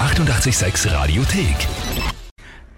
886 Radiothek.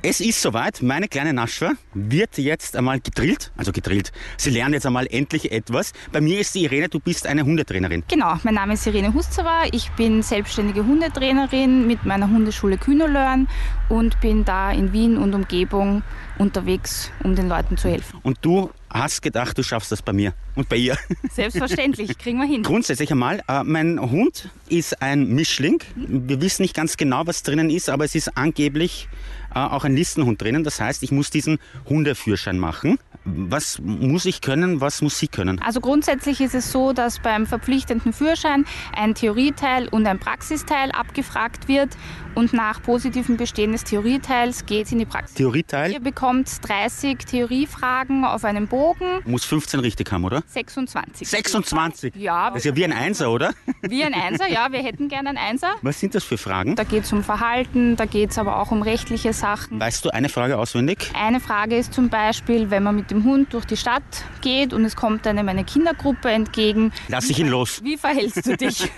Es ist soweit, meine kleine Naschwa wird jetzt einmal gedrillt, also gedrillt. Sie lernt jetzt einmal endlich etwas. Bei mir ist die Irene, du bist eine Hundetrainerin. Genau, mein Name ist Irene Hustzawa. Ich bin selbstständige Hundetrainerin mit meiner Hundeschule Kühnerlörn und bin da in Wien und Umgebung unterwegs, um den Leuten zu helfen. Und du hast gedacht, du schaffst das bei mir und bei ihr. Selbstverständlich, kriegen wir hin. Grundsätzlich einmal, äh, mein Hund ist ein Mischling. Wir wissen nicht ganz genau, was drinnen ist, aber es ist angeblich äh, auch ein Listenhund drinnen. Das heißt, ich muss diesen Hundeführerschein machen. Was muss ich können, was muss sie können? Also grundsätzlich ist es so, dass beim verpflichtenden Führerschein ein Theorieteil und ein Praxisteil abgefragt wird und nach positivem Bestehen des Theorieteils geht es in die Praxis. Theorieteil Ihr bekommt 30 Theoriefragen auf einem Bogen, muss 15 richtig haben, oder? 26. 26? Ja, Das ist ja wie ein Einser, oder? wie ein Einser, ja, wir hätten gerne einen Einser. Was sind das für Fragen? Da geht es um Verhalten, da geht es aber auch um rechtliche Sachen. Weißt du eine Frage auswendig? Eine Frage ist zum Beispiel, wenn man mit dem Hund durch die Stadt geht und es kommt einem eine Kindergruppe entgegen, Lass ich ihn los. wie verhältst du dich?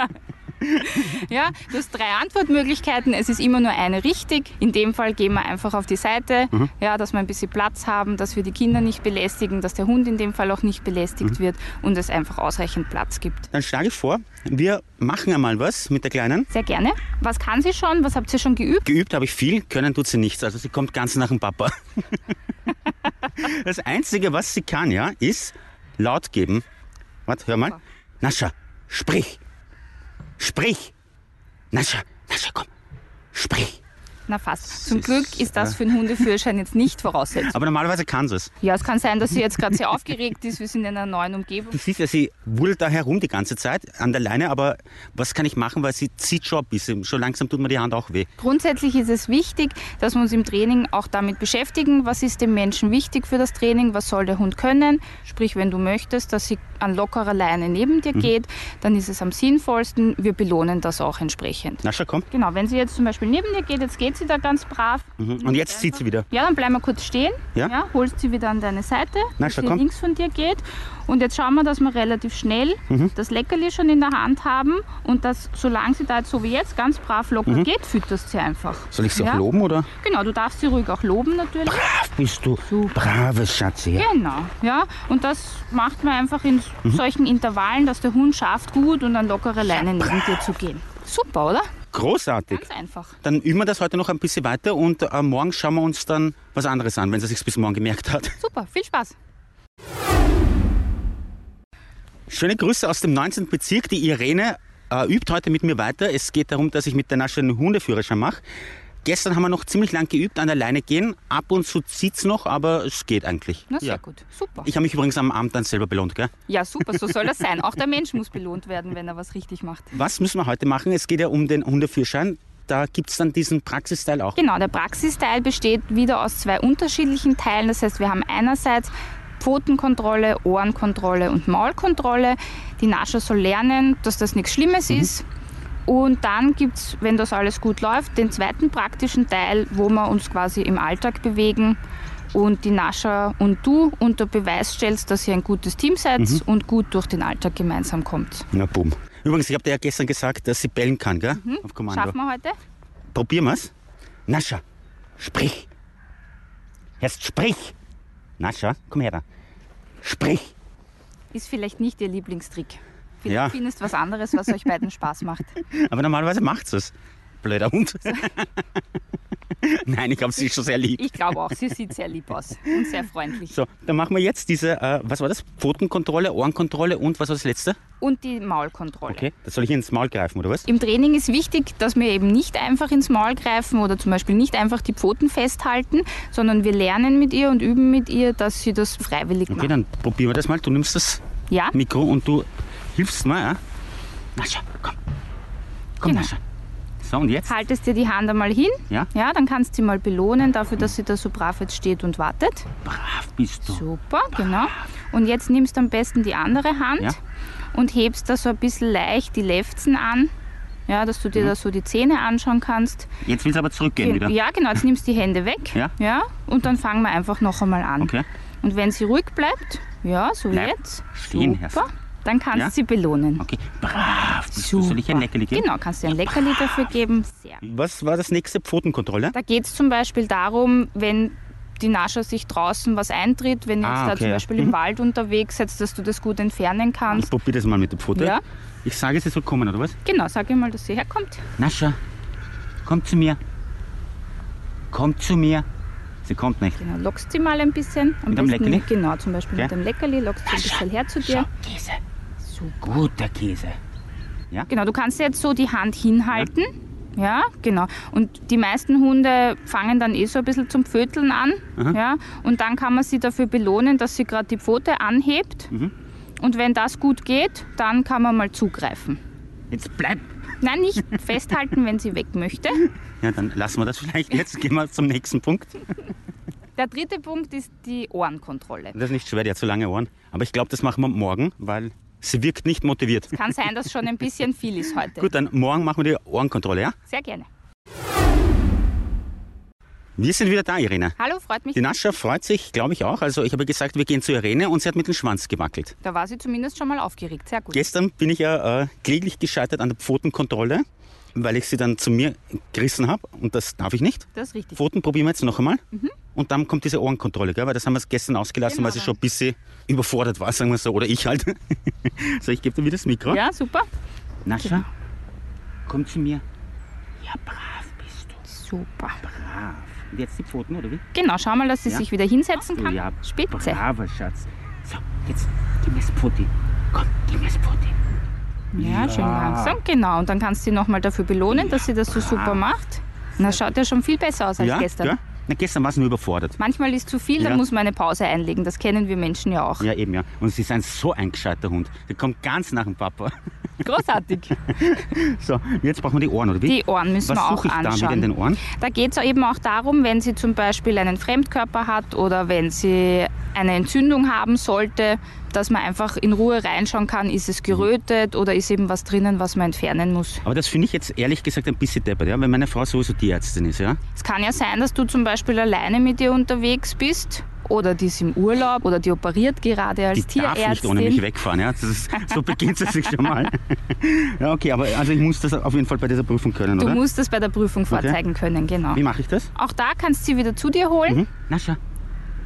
ja, du hast drei Antwortmöglichkeiten, es ist immer nur eine richtig. In dem Fall gehen wir einfach auf die Seite, ja, dass wir ein bisschen Platz haben, dass wir die Kinder nicht belästigen, dass der Hund in dem Fall auch nicht belästigt wird und es einfach ausreichend Platz gibt. Dann schlage ich vor, wir machen einmal was mit der Kleinen. Sehr gerne. Was kann sie schon? Was habt ihr schon geübt? Geübt habe ich viel, können tut sie nichts. Also sie kommt ganz nach dem Papa. das Einzige, was sie kann, ja, ist laut geben. Warte, hör mal. Nascha, sprich. Sprich. Nascha, Nascha, komm. Sprich. Na fast. Zum Glück ist das für einen Hundeführerschein jetzt nicht Voraussetzung. Aber normalerweise kann sie es. Ja, es kann sein, dass sie jetzt gerade sehr aufgeregt ist. Wir sind in einer neuen Umgebung. Du siehst ja, sie wuddelt da herum die ganze Zeit an der Leine, aber was kann ich machen, weil sie zieht schon ein bisschen. Schon langsam tut mir die Hand auch weh. Grundsätzlich ist es wichtig, dass wir uns im Training auch damit beschäftigen, was ist dem Menschen wichtig für das Training, was soll der Hund können. Sprich, wenn du möchtest, dass sie an lockerer Leine neben dir geht, dann ist es am sinnvollsten. Wir belohnen das auch entsprechend. Nascha, komm. Genau, wenn sie jetzt zum Beispiel neben dir geht, jetzt geht sie da ganz brav. Mhm. Und jetzt zieht sie wieder. Ja, dann bleiben wir kurz stehen. Ja. holst sie wieder an deine Seite, Na, dass schon, sie komm. links von dir geht. Und jetzt schauen wir, dass wir relativ schnell Mhm. das Leckerli schon in der Hand haben und dass, solange sie da jetzt so wie jetzt ganz brav locker geht, fütterst sie einfach. Mhm. Soll ich sie ja? auch loben oder? Genau, du darfst sie ruhig auch loben natürlich. Brav bist du. Braves Schatzi. Ja. Genau, ja. Und das macht man einfach in Mhm. solchen Intervallen, dass der Hund schafft, gut und an lockere Leine neben dir zu gehen. Super, oder? Großartig. Ganz einfach. Dann üben wir das heute noch ein bisschen weiter und äh, morgen schauen wir uns dann was anderes an, wenn sie sich bis morgen gemerkt hat. Super, viel Spaß. Schöne Grüße aus dem 19. Bezirk. Die Irene äh, übt heute mit mir weiter. Es geht darum, dass ich mit der Nasche einen Hundeführerschein mache. Gestern haben wir noch ziemlich lang geübt, an der Leine gehen. Ab und zu zieht's noch, aber es geht eigentlich. Na, sehr Ja. gut. Super. Ich habe mich übrigens am Abend dann selber belohnt, gell? Ja, super, so soll das sein. Auch der Mensch muss belohnt werden, wenn er was richtig macht. Was müssen wir heute machen? Es geht ja um den Hundeführerschein. Da gibt's dann diesen Praxisteil auch. Genau, der Praxisteil besteht wieder aus zwei unterschiedlichen Teilen. Das heißt, wir haben einerseits Pfotenkontrolle, Ohrenkontrolle und Maulkontrolle. Die Nascha soll lernen, dass das nichts Schlimmes ist. Und dann gibt es, wenn das alles gut läuft, den zweiten praktischen Teil, wo wir uns quasi im Alltag bewegen und die Nascha und du unter Beweis stellst, dass ihr ein gutes Team seid und gut durch den Alltag gemeinsam kommt. Na bumm. Übrigens, ich habe dir ja gestern gesagt, dass sie bellen kann, gell? Auf Kommando. Mhm. Schaffen wir heute? Probieren wir's. Nascha, sprich. Jetzt sprich. Nascha, komm her da. Sprich. Ist vielleicht nicht ihr Lieblingstrick. Vielleicht Ja. findest was anderes, was euch beiden Spaß macht. Aber normalerweise macht's es. Blöder Hund. Nein, ich glaube, sie ist schon sehr lieb. Ich glaube auch, sie sieht sehr lieb aus und sehr freundlich. So, dann machen wir jetzt diese, äh, was war das? Pfotenkontrolle, Ohrenkontrolle und was war das letzte? Und die Maulkontrolle. Okay. Das soll ich ins Maul greifen, oder was? Im Training ist wichtig, dass wir eben nicht einfach ins Maul greifen oder zum Beispiel nicht einfach die Pfoten festhalten, sondern wir lernen mit ihr und üben mit ihr, dass sie das freiwillig Okay, macht. dann probieren wir das mal. Du nimmst das Ja? Mikro und du hilfst mir, ja? Nascha, komm. Komm, Genau. Nascha. So, und jetzt? Haltest dir die Hand einmal hin. Ja? Ja, dann kannst du sie mal belohnen dafür, dass sie da so brav jetzt steht und wartet. Brav bist du. Super, genau. Und jetzt nimmst du am besten die andere Hand Ja. und hebst da so ein bisschen leicht die Lefzen an. Ja, dass du dir Mhm. da so die Zähne anschauen kannst. Jetzt willst du aber zurückgehen wieder. Ja, genau, jetzt nimmst du die Hände weg. Ja. und dann fangen wir einfach noch einmal an. Okay. Und wenn sie ruhig bleibt, ja, so Bleib jetzt. stehen, Super. Herr. Dann kannst Ja? du sie belohnen. Okay, brav. Soll ich ein Super. Leckerli geben? Genau, kannst du ein Leckerli dafür geben. Sehr. Was war das nächste? Pfotenkontrolle? Da geht es zum Beispiel darum, wenn die Nascher sich draußen was eintritt, wenn du Ah, jetzt da okay, zum ja. Beispiel Mhm. im Wald unterwegs sitzt, dass du das gut entfernen Ich kannst. probiere das mal mit der Pfote. Ja. Ich sage, sie soll kommen, oder was? Genau, sag ihm mal, dass sie herkommt. Nascha, komm zu mir. Komm zu mir. Sie kommt nicht. Genau, lockst sie mal ein bisschen. Am Mit einem besten- Leckerli? Genau, zum Beispiel Ja. mit dem Leckerli, lockst sie ein bisschen her zu dir. Schau, Käse. Super. Guter Käse. Genau, du kannst jetzt so die Hand hinhalten. Ja. genau. Und die meisten Hunde fangen dann eh so ein bisschen zum Pföteln an. Aha. Ja, und dann kann man sie dafür belohnen, dass sie gerade die Pfote anhebt. Mhm. Und wenn das gut geht, dann kann man mal zugreifen. Jetzt bleib. Nein, nicht festhalten, wenn sie weg möchte. Ja, dann lassen wir das vielleicht jetzt. Gehen wir zum nächsten Punkt. Der dritte Punkt ist die Ohrenkontrolle. Das ist nicht schwer, die hat so lange Ohren. Aber ich glaube, das machen wir morgen, weil sie wirkt nicht motiviert. Kann sein, dass schon ein bisschen viel ist heute. Gut, dann morgen machen wir die Ohrenkontrolle, ja? Sehr gerne. Wir sind wieder da, Irene. Hallo, freut mich. Die Nascha freut sich, glaube ich auch. Also ich habe gesagt, wir gehen zu Irene und sie hat mit dem Schwanz gewackelt. Da war sie zumindest schon mal aufgeregt. Sehr gut. Gestern bin ich ja äh, kläglich gescheitert an der Pfotenkontrolle, weil ich sie dann zu mir gerissen habe und das darf ich nicht. Das ist richtig. Pfoten probieren wir jetzt noch einmal und dann kommt diese Ohrenkontrolle, gell? weil das haben wir gestern ausgelassen, Genau, weil sie dann- schon ein bisschen überfordert war, sagen wir so, oder ich halt. so, ich gebe dir wieder das Mikro. Ja, super. Nascha, komm zu mir. Ja, brav bist du. Super. Brav. Und jetzt die Pfoten, oder wie? Genau, schau mal, dass sie Ja. sich wieder hinsetzen kann. Ja, Spitze. braver Schatz. So, jetzt gib mir das Pfote. Komm, gib mir das Pfote. Ja, schön langsam. Genau, und dann kannst du sie nochmal dafür belohnen, dass sie das so super macht. Na, schaut ja schon viel besser aus als ja, gestern. Ja? Na, gestern war es nur überfordert. Manchmal ist zu viel, Ja. dann muss man eine Pause einlegen. Das kennen wir Menschen ja auch. Ja, eben, ja. Und sie ist ein so ein gescheiter Hund. Der kommt ganz nach dem Papa. Großartig. So, jetzt brauchen wir die Ohren, oder wie? Die Ohren müssen Was wir auch suche ich da wieder in anschauen. den Ohren? Da geht es eben auch darum, wenn sie zum Beispiel einen Fremdkörper hat oder wenn sie eine Entzündung haben sollte, dass man einfach in Ruhe reinschauen kann, ist es gerötet oder ist eben was drinnen, was man entfernen muss. Aber das finde ich jetzt ehrlich gesagt ein bisschen deppert, ja? weil meine Frau sowieso Tierärztin ist, ja? Es kann ja sein, dass du zum Beispiel alleine mit ihr unterwegs bist oder die ist im Urlaub oder die operiert gerade als Die Tierärztin. darf nicht ohne mich wegfahren, ja? Das ist, so beginnt es sich schon mal. ja, okay, aber also ich muss das auf jeden Fall bei dieser Prüfung können, Du oder? musst das bei der Prüfung vorzeigen können, genau. Wie mache ich das? Auch da kannst du sie wieder zu dir holen. Hm? Nascha,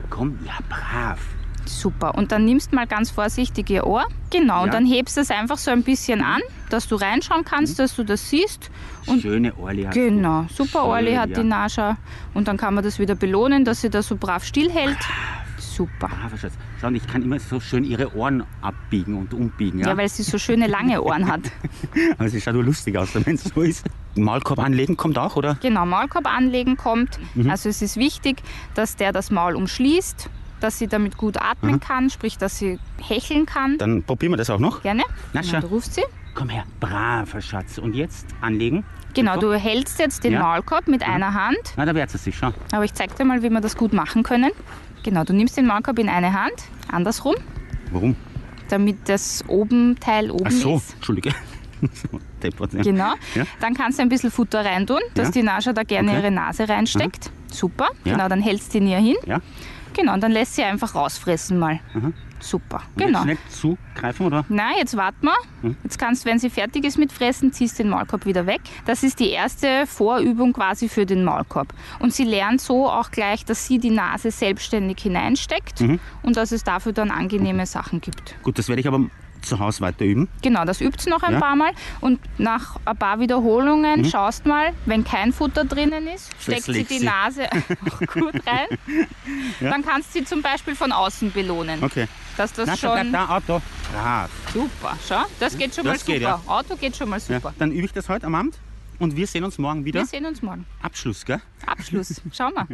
komm, ja, brav. Super. Und dann nimmst mal ganz vorsichtig ihr Ohr. Genau. Ja. Und dann hebst es einfach so ein bisschen an, dass du reinschauen kannst, Mhm. dass du das siehst. Und Schöne Orli hast genau, du. super Orli Schön, hat ja. die Nascha. Und dann kann man das wieder belohnen, dass sie da so brav stillhält. Ah. Super. Braver Schatz. Schau, und ich kann immer so schön ihre Ohren abbiegen und umbiegen, Ja, weil sie so schöne lange Ohren hat. Aber es schaut nur lustig aus, wenn es so ist. Maulkorb anlegen kommt auch, oder? Genau, Maulkorb anlegen kommt. Mhm. Also es ist wichtig, dass der das Maul umschließt, dass sie damit gut atmen kann, sprich, dass sie hecheln kann. Dann probieren wir das auch noch. Gerne. Nascha. Genau, du rufst sie. Komm her, braver Schatz. Und jetzt anlegen. Genau, du hältst jetzt den Ja. Mhm. Maulkorb mit einer Hand, Na, da wehrt sie sich, schau. aber ich zeig dir mal, wie wir das gut machen können. Genau, du nimmst den Maulkorb in eine Hand, andersrum, Warum? damit das oben Teil oben Ach so, ist. Entschuldige. so, deppert, ja. Genau. Ja. Dann kannst du ein bisschen Futter reintun, dass Ja. die Nascha da gerne Okay. Mhm. ihre Nase reinsteckt. Super. Ja. Genau, dann hältst du ihn ihr hin. Ja. Genau, und dann lässt sie einfach rausfressen mal. Aha. Super. Mhm. Und Mhm. Genau. Jetzt schnell zugreifen, oder? Na, jetzt warten wir. Jetzt kannst, wenn sie fertig ist mit Fressen, ziehst den Maulkorb wieder weg. Das ist die erste Vorübung quasi für den Maulkorb. Und sie lernt so auch gleich, dass sie die Nase selbstständig hineinsteckt Mhm. und dass es dafür dann angenehme Sachen gibt. Gut, das werde ich aber zu Hause weiter üben. Genau, das übt sie noch ein Ja. paar Mal und nach ein paar Wiederholungen schaust mal, wenn kein Futter drinnen ist, steckt sie legt die sie. Nase auch gut rein. Dann kannst du sie zum Beispiel von außen belohnen. Okay. Dass das Nascha, schon bleib da, Auto. Brav. super, schau, das geht schon mal Das super. geht, Auto geht schon mal Ja. super. Dann übe ich das heute am Abend. Und wir sehen uns morgen wieder. Wir sehen uns morgen. Abschluss, gell? Abschluss. Schau mal.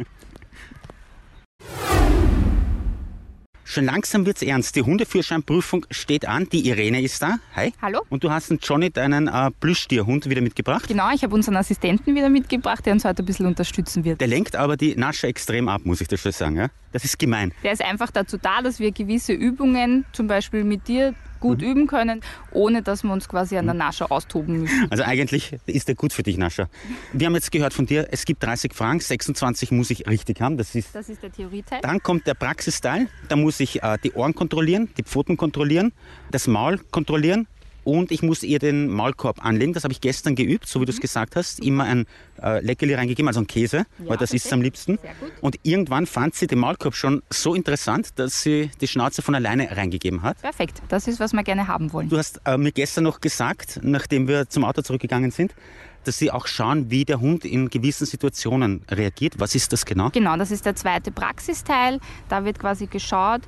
Schon langsam wird's ernst. Die Hundeführerscheinprüfung steht an. Die Irene ist da. Hi. Hallo. Und du hast einen Johnny, deinen äh, Plüschtierhund, wieder mitgebracht. Genau, ich habe unseren Assistenten wieder mitgebracht, der uns heute ein bisschen unterstützen wird. Der lenkt aber die Nasche extrem ab, muss ich dir schon sagen. Ja? Das ist gemein. Der ist einfach dazu da, dass wir gewisse Übungen, zum Beispiel mit dir, Mhm. gut üben können, ohne dass wir uns quasi an der Nasche austoben müssen. Also eigentlich ist der gut für dich, Nascha. Wir haben jetzt gehört von dir, es gibt 30 Franken, 26 muss ich richtig haben. Das ist, Das ist der Theorieteil. dann kommt der Praxisteil, da muss ich äh, die Ohren kontrollieren, die Pfoten kontrollieren, das Maul kontrollieren und ich muss ihr den Maulkorb anlegen. Das habe ich gestern geübt, so wie Mhm. du es gesagt hast. Immer ein äh, Leckerli reingegeben, also ein Käse, weil das ist perfekt. am liebsten. Sehr gut. Und irgendwann fand sie den Maulkorb schon so interessant, dass sie die Schnauze von alleine reingegeben hat. Perfekt, das ist, was wir gerne haben wollen. Du hast äh, mir gestern noch gesagt, nachdem wir zum Auto zurückgegangen sind, dass sie auch schauen, wie der Hund in gewissen Situationen reagiert. Was ist das genau? Genau, das ist der zweite Praxisteil. Da wird quasi geschaut,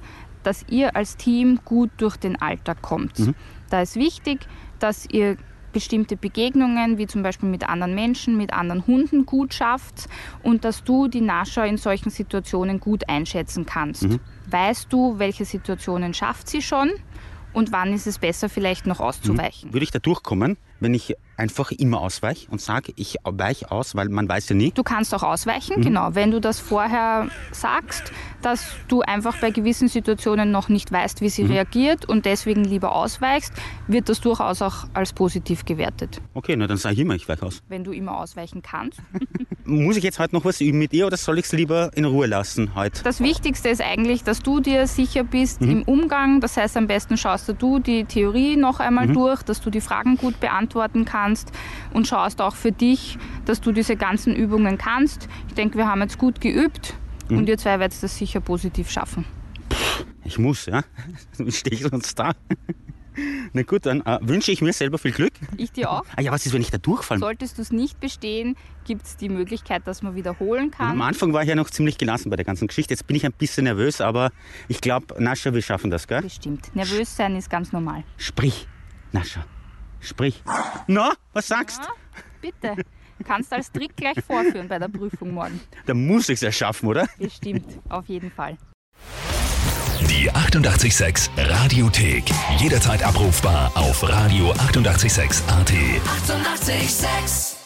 dass ihr als Team gut durch den Alltag kommt. Da ist wichtig, dass ihr bestimmte Begegnungen, wie zum Beispiel mit anderen Menschen, mit anderen Hunden, gut schafft und dass du die Nascher in solchen Situationen gut einschätzen kannst. Weißt du, welche Situationen schafft sie schon und wann ist es besser, vielleicht noch auszuweichen? Würde ich da durchkommen, wenn ich einfach immer ausweiche und sage, ich weiche aus, weil man weiß ja nie. Du kannst auch ausweichen, genau. Wenn du das vorher sagst, dass du einfach bei gewissen Situationen noch nicht weißt, wie sie reagiert und deswegen lieber ausweichst, wird das durchaus auch als positiv gewertet, Okay, na dann sage ich immer, ich weiche aus. wenn du immer ausweichen kannst. Muss ich jetzt heute noch was üben mit ihr oder soll ich es lieber in Ruhe lassen heute? Das Wichtigste ist eigentlich, dass du dir sicher bist im Umgang. Das heißt, am besten schaust du die Theorie noch einmal durch, dass du die Fragen gut beantworten kannst und schaust auch für dich, dass du diese ganzen Übungen kannst. Ich denke, wir haben jetzt gut geübt und ihr zwei werdet das sicher positiv schaffen. Ich muss, ja. Sonst stehe ich sonst da. Na gut, dann äh, wünsche ich mir selber viel Glück. Ich dir auch. Ah ja, was ist, wenn ich da durchfallen? Solltest du es nicht bestehen, gibt es die Möglichkeit, dass man wiederholen Am kann. Anfang war ich ja noch ziemlich gelassen bei der ganzen Geschichte. Jetzt bin ich ein bisschen nervös, aber ich glaube, Nascha, wir schaffen das, gell? Bestimmt. Nervös sein ist ganz normal. Sprich, Nascha. Sprich. Na, was sagst? Bitte. Kannst als Trick gleich vorführen bei der Prüfung morgen. Da muss ich es ja schaffen, oder? Bestimmt. Auf jeden Fall. Die 886 Radiothek. Jederzeit abrufbar auf radio886.at. 886! 886